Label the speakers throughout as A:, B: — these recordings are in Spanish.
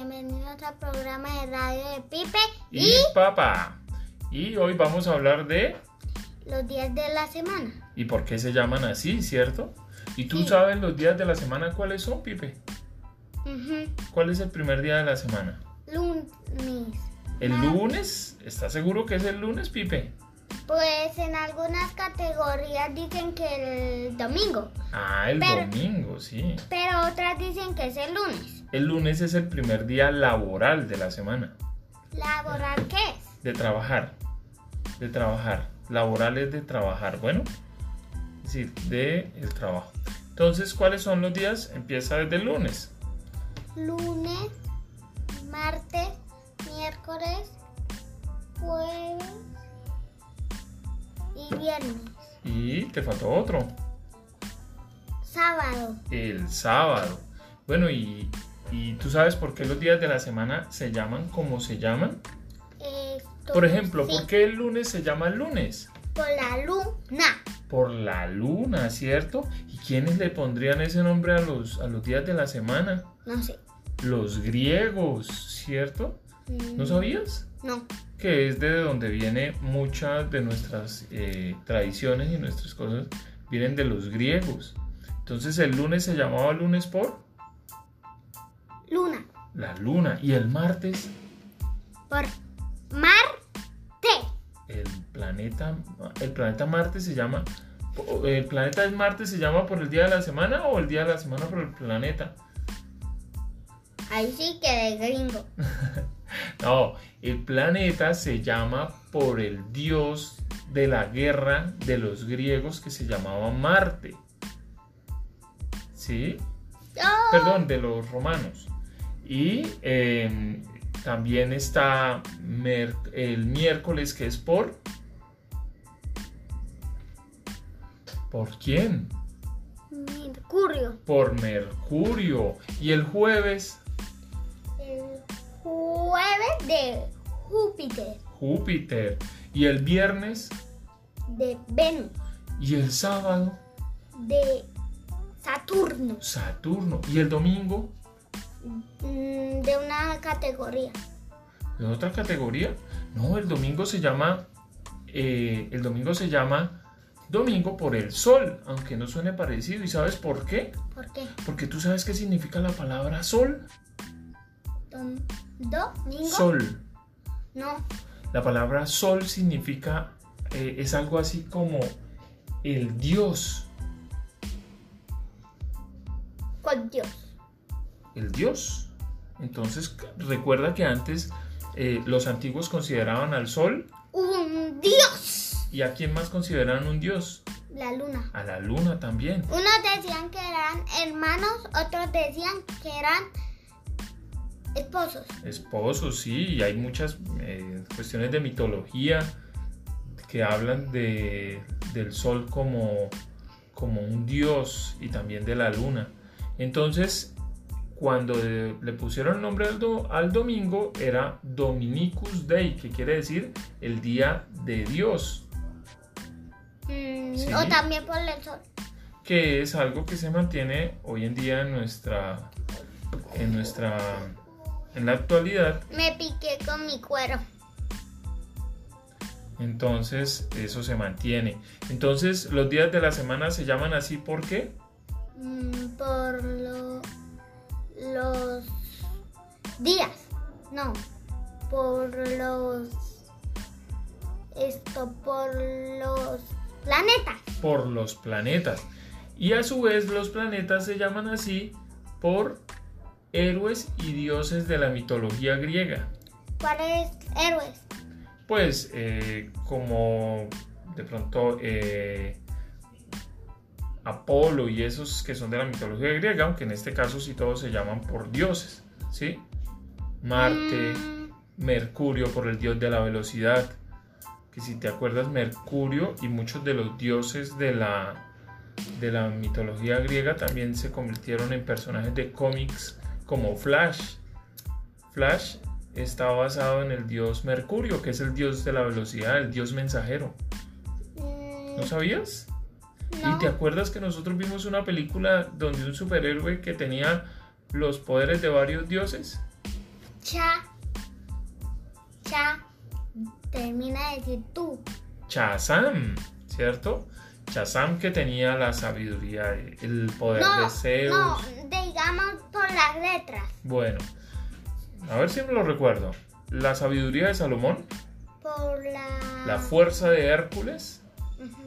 A: al programa de radio de Pipe
B: y,
A: y
B: papá. Y hoy vamos a hablar de...
A: los días de la semana.
B: ¿Y por qué se llaman así, cierto? ¿Y tú
A: Sí.
B: sabes los días de la semana cuáles son, Pipe?
A: Ujú.
B: ¿Cuál es el primer día de la semana?
A: Lunes.
B: ¿El
A: Ah.
B: lunes? ¿Estás seguro que es el lunes, Pipe?
A: Pues en algunas categorías dicen que el domingo,
B: Ah, el
A: Pero-
B: domingo, sí.
A: pero otras dicen que es el lunes.
B: El lunes es el primer día laboral de la semana.
A: ¿Laboral qué es?
B: De trabajar. De trabajar. Laboral es de trabajar. Bueno, es decir, de el trabajo. Entonces, ¿cuáles son los días? Empieza desde el lunes.
A: Lunes, martes, miércoles, jueves y viernes.
B: Y te faltó otro.
A: Sábado.
B: El sábado. Bueno, y, y tú sabes por qué los días de la semana se llaman como se llaman.
A: Esto-
B: Por ejemplo,
A: sí,
B: ¿por qué el lunes se llama lunes?
A: Por la luna.
B: Por la luna, ¿cierto? ¿Y quiénes le pondrían ese nombre a los, a los días de la semana?
A: No sé.
B: Los griegos, ¿cierto?
A: Mm,
B: ¿No sabías?
A: No.
B: Que es de donde viene muchas de nuestras eh, tradiciones y nuestras cosas vienen de los griegos. Entonces el lunes se llamaba lunes por
A: Luna.
B: la luna y el martes
A: Por Marte.
B: el planeta el planeta Marte se llama el planeta es Marte se llama por el día de la semana o el día de la semana por el planeta.
A: Ahí sí que de gringo.
B: No, el planeta se llama por el dios de la guerra de los griegos que se llamaba Marte. ¿Sí?
A: Oh,
B: Perdón, de los romanos. Y eh, también está mer- el miércoles que es por... ¿Por quién?
A: Mercurio.
B: Por Mercurio. Y el jueves,
A: El jueves de Júpiter.
B: Júpiter. Y el viernes
A: De Venus.
B: y el sábado.
A: De Saturno.
B: Saturno. Y el domingo,
A: Mm, De una categoría.
B: ¿de otra categoría? No, el domingo se llama. eh, el domingo se llama Domingo por el sol, aunque no suene parecido. ¿Y sabes por qué?
A: ¿Por qué?
B: Porque tú sabes qué significa la palabra sol.
A: Dom- ¿Domingo?
B: Sol.
A: No.
B: La palabra sol significa. eh, es algo así como el Dios.
A: Con Dios.
B: El Dios. Entonces, c- recuerda que antes eh, los antiguos consideraban al sol.
A: Un Dios.
B: ¿Y a quién más consideraban un Dios?
A: La luna.
B: A la luna también.
A: Unos decían que eran hermanos, otros decían que eran esposos.
B: esposos, sí, y hay muchas eh, cuestiones de mitología que hablan de, del sol como, como un dios y también de la luna. Entonces, cuando eh, le pusieron el nombre al, do- al domingo, era Dominicus Day, que quiere decir el día de Dios,
A: Mm,
B: Sí.
A: O también por el sol.
B: que es algo que se mantiene hoy en día en nuestra, en nuestra, en la actualidad.
A: Me piqué con mi cuero.
B: Entonces, eso se mantiene. Entonces, los días de la semana se llaman así porque
A: Mm, por lo- los días. No. Por los. Esto, por los planetas.
B: por los planetas. Y a su vez, los planetas se llaman así por héroes y dioses de la mitología griega.
A: ¿Cuáles héroes?
B: Pues, eh, como de pronto eh, Apolo y esos que son de la mitología griega, aunque en este caso sí todos se llaman por dioses, ¿sí? Marte.
A: Mm,
B: Mercurio por el dios de la velocidad. Que si te acuerdas, Mercurio y muchos de los dioses de la, de la mitología griega también se convirtieron en personajes de cómics como Flash. Flash está basado en el dios Mercurio, que es el dios de la velocidad, el dios mensajero.
A: mm,
B: ¿No sabías?
A: no.
B: ¿Y te acuerdas que nosotros vimos una película donde un superhéroe que tenía los poderes de varios dioses?
A: cha, cha, termina de decir tú.
B: Chazam, ¿cierto? Chazam que tenía la sabiduría, el poder de
A: No,
B: Zeus.
A: no, digamos por las letras,
B: Bueno, a ver si me lo recuerdo. La sabiduría de Salomón,
A: por la...
B: la fuerza de Hércules,
A: Ujú.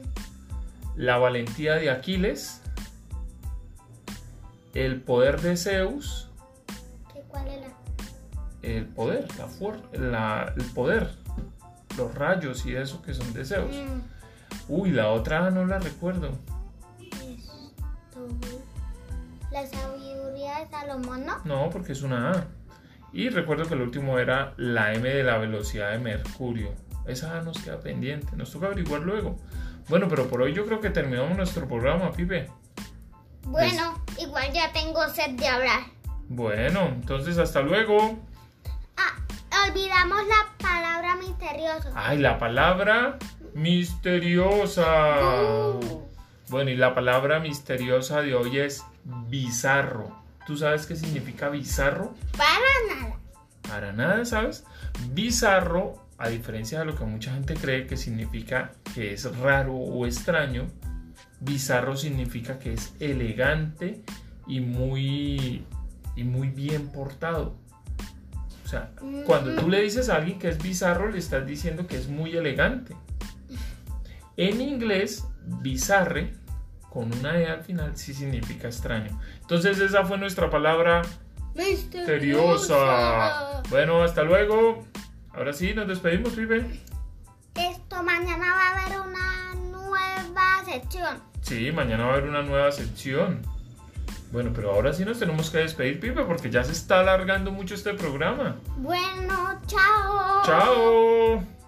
B: la valentía de Aquiles, el poder de Zeus,
A: ¿Qué- ¿Cuál es la...?
B: el poder, la fuer- la- el poder, los rayos y eso que son de Zeus.
A: Mm,
B: Uy, la otra no la recuerdo.
A: esto. La sabiduría de Salomón, ¿no?
B: No, porque es una A. Y recuerdo que el último era la M de la velocidad de Mercurio. Esa A nos queda pendiente. Nos toca averiguar luego. Bueno, pero por hoy yo creo que terminamos nuestro programa, Pipe.
A: Bueno, igual ya tengo sed de hablar.
B: Bueno, entonces hasta luego.
A: Ah, olvidamos la palabra misterioso.
B: Ay, la palabra misteriosa.
A: Uh,
B: Bueno, y la palabra misteriosa de hoy es bizarro. ¿Tú sabes qué significa bizarro?
A: para nada.
B: Para nada, ¿sabes? Bizarro, a diferencia de lo que mucha gente cree que significa que es raro o extraño, bizarro significa que es elegante y muy, y muy bien portado. O sea, cuando tú le dices a alguien que es bizarro, le estás diciendo que es muy elegante. En inglés, bizarre, con una E al final, sí significa extraño. Entonces esa fue nuestra palabra misteriosa. Bueno, hasta luego. Ahora sí, nos despedimos, Pipe.
A: Esto mañana va a haber una nueva sección.
B: Sí, mañana va a haber una nueva sección. Bueno, pero ahora sí nos tenemos que despedir, Pipe, porque ya se está alargando mucho este programa.
A: Bueno, chao.
B: ¡Chao!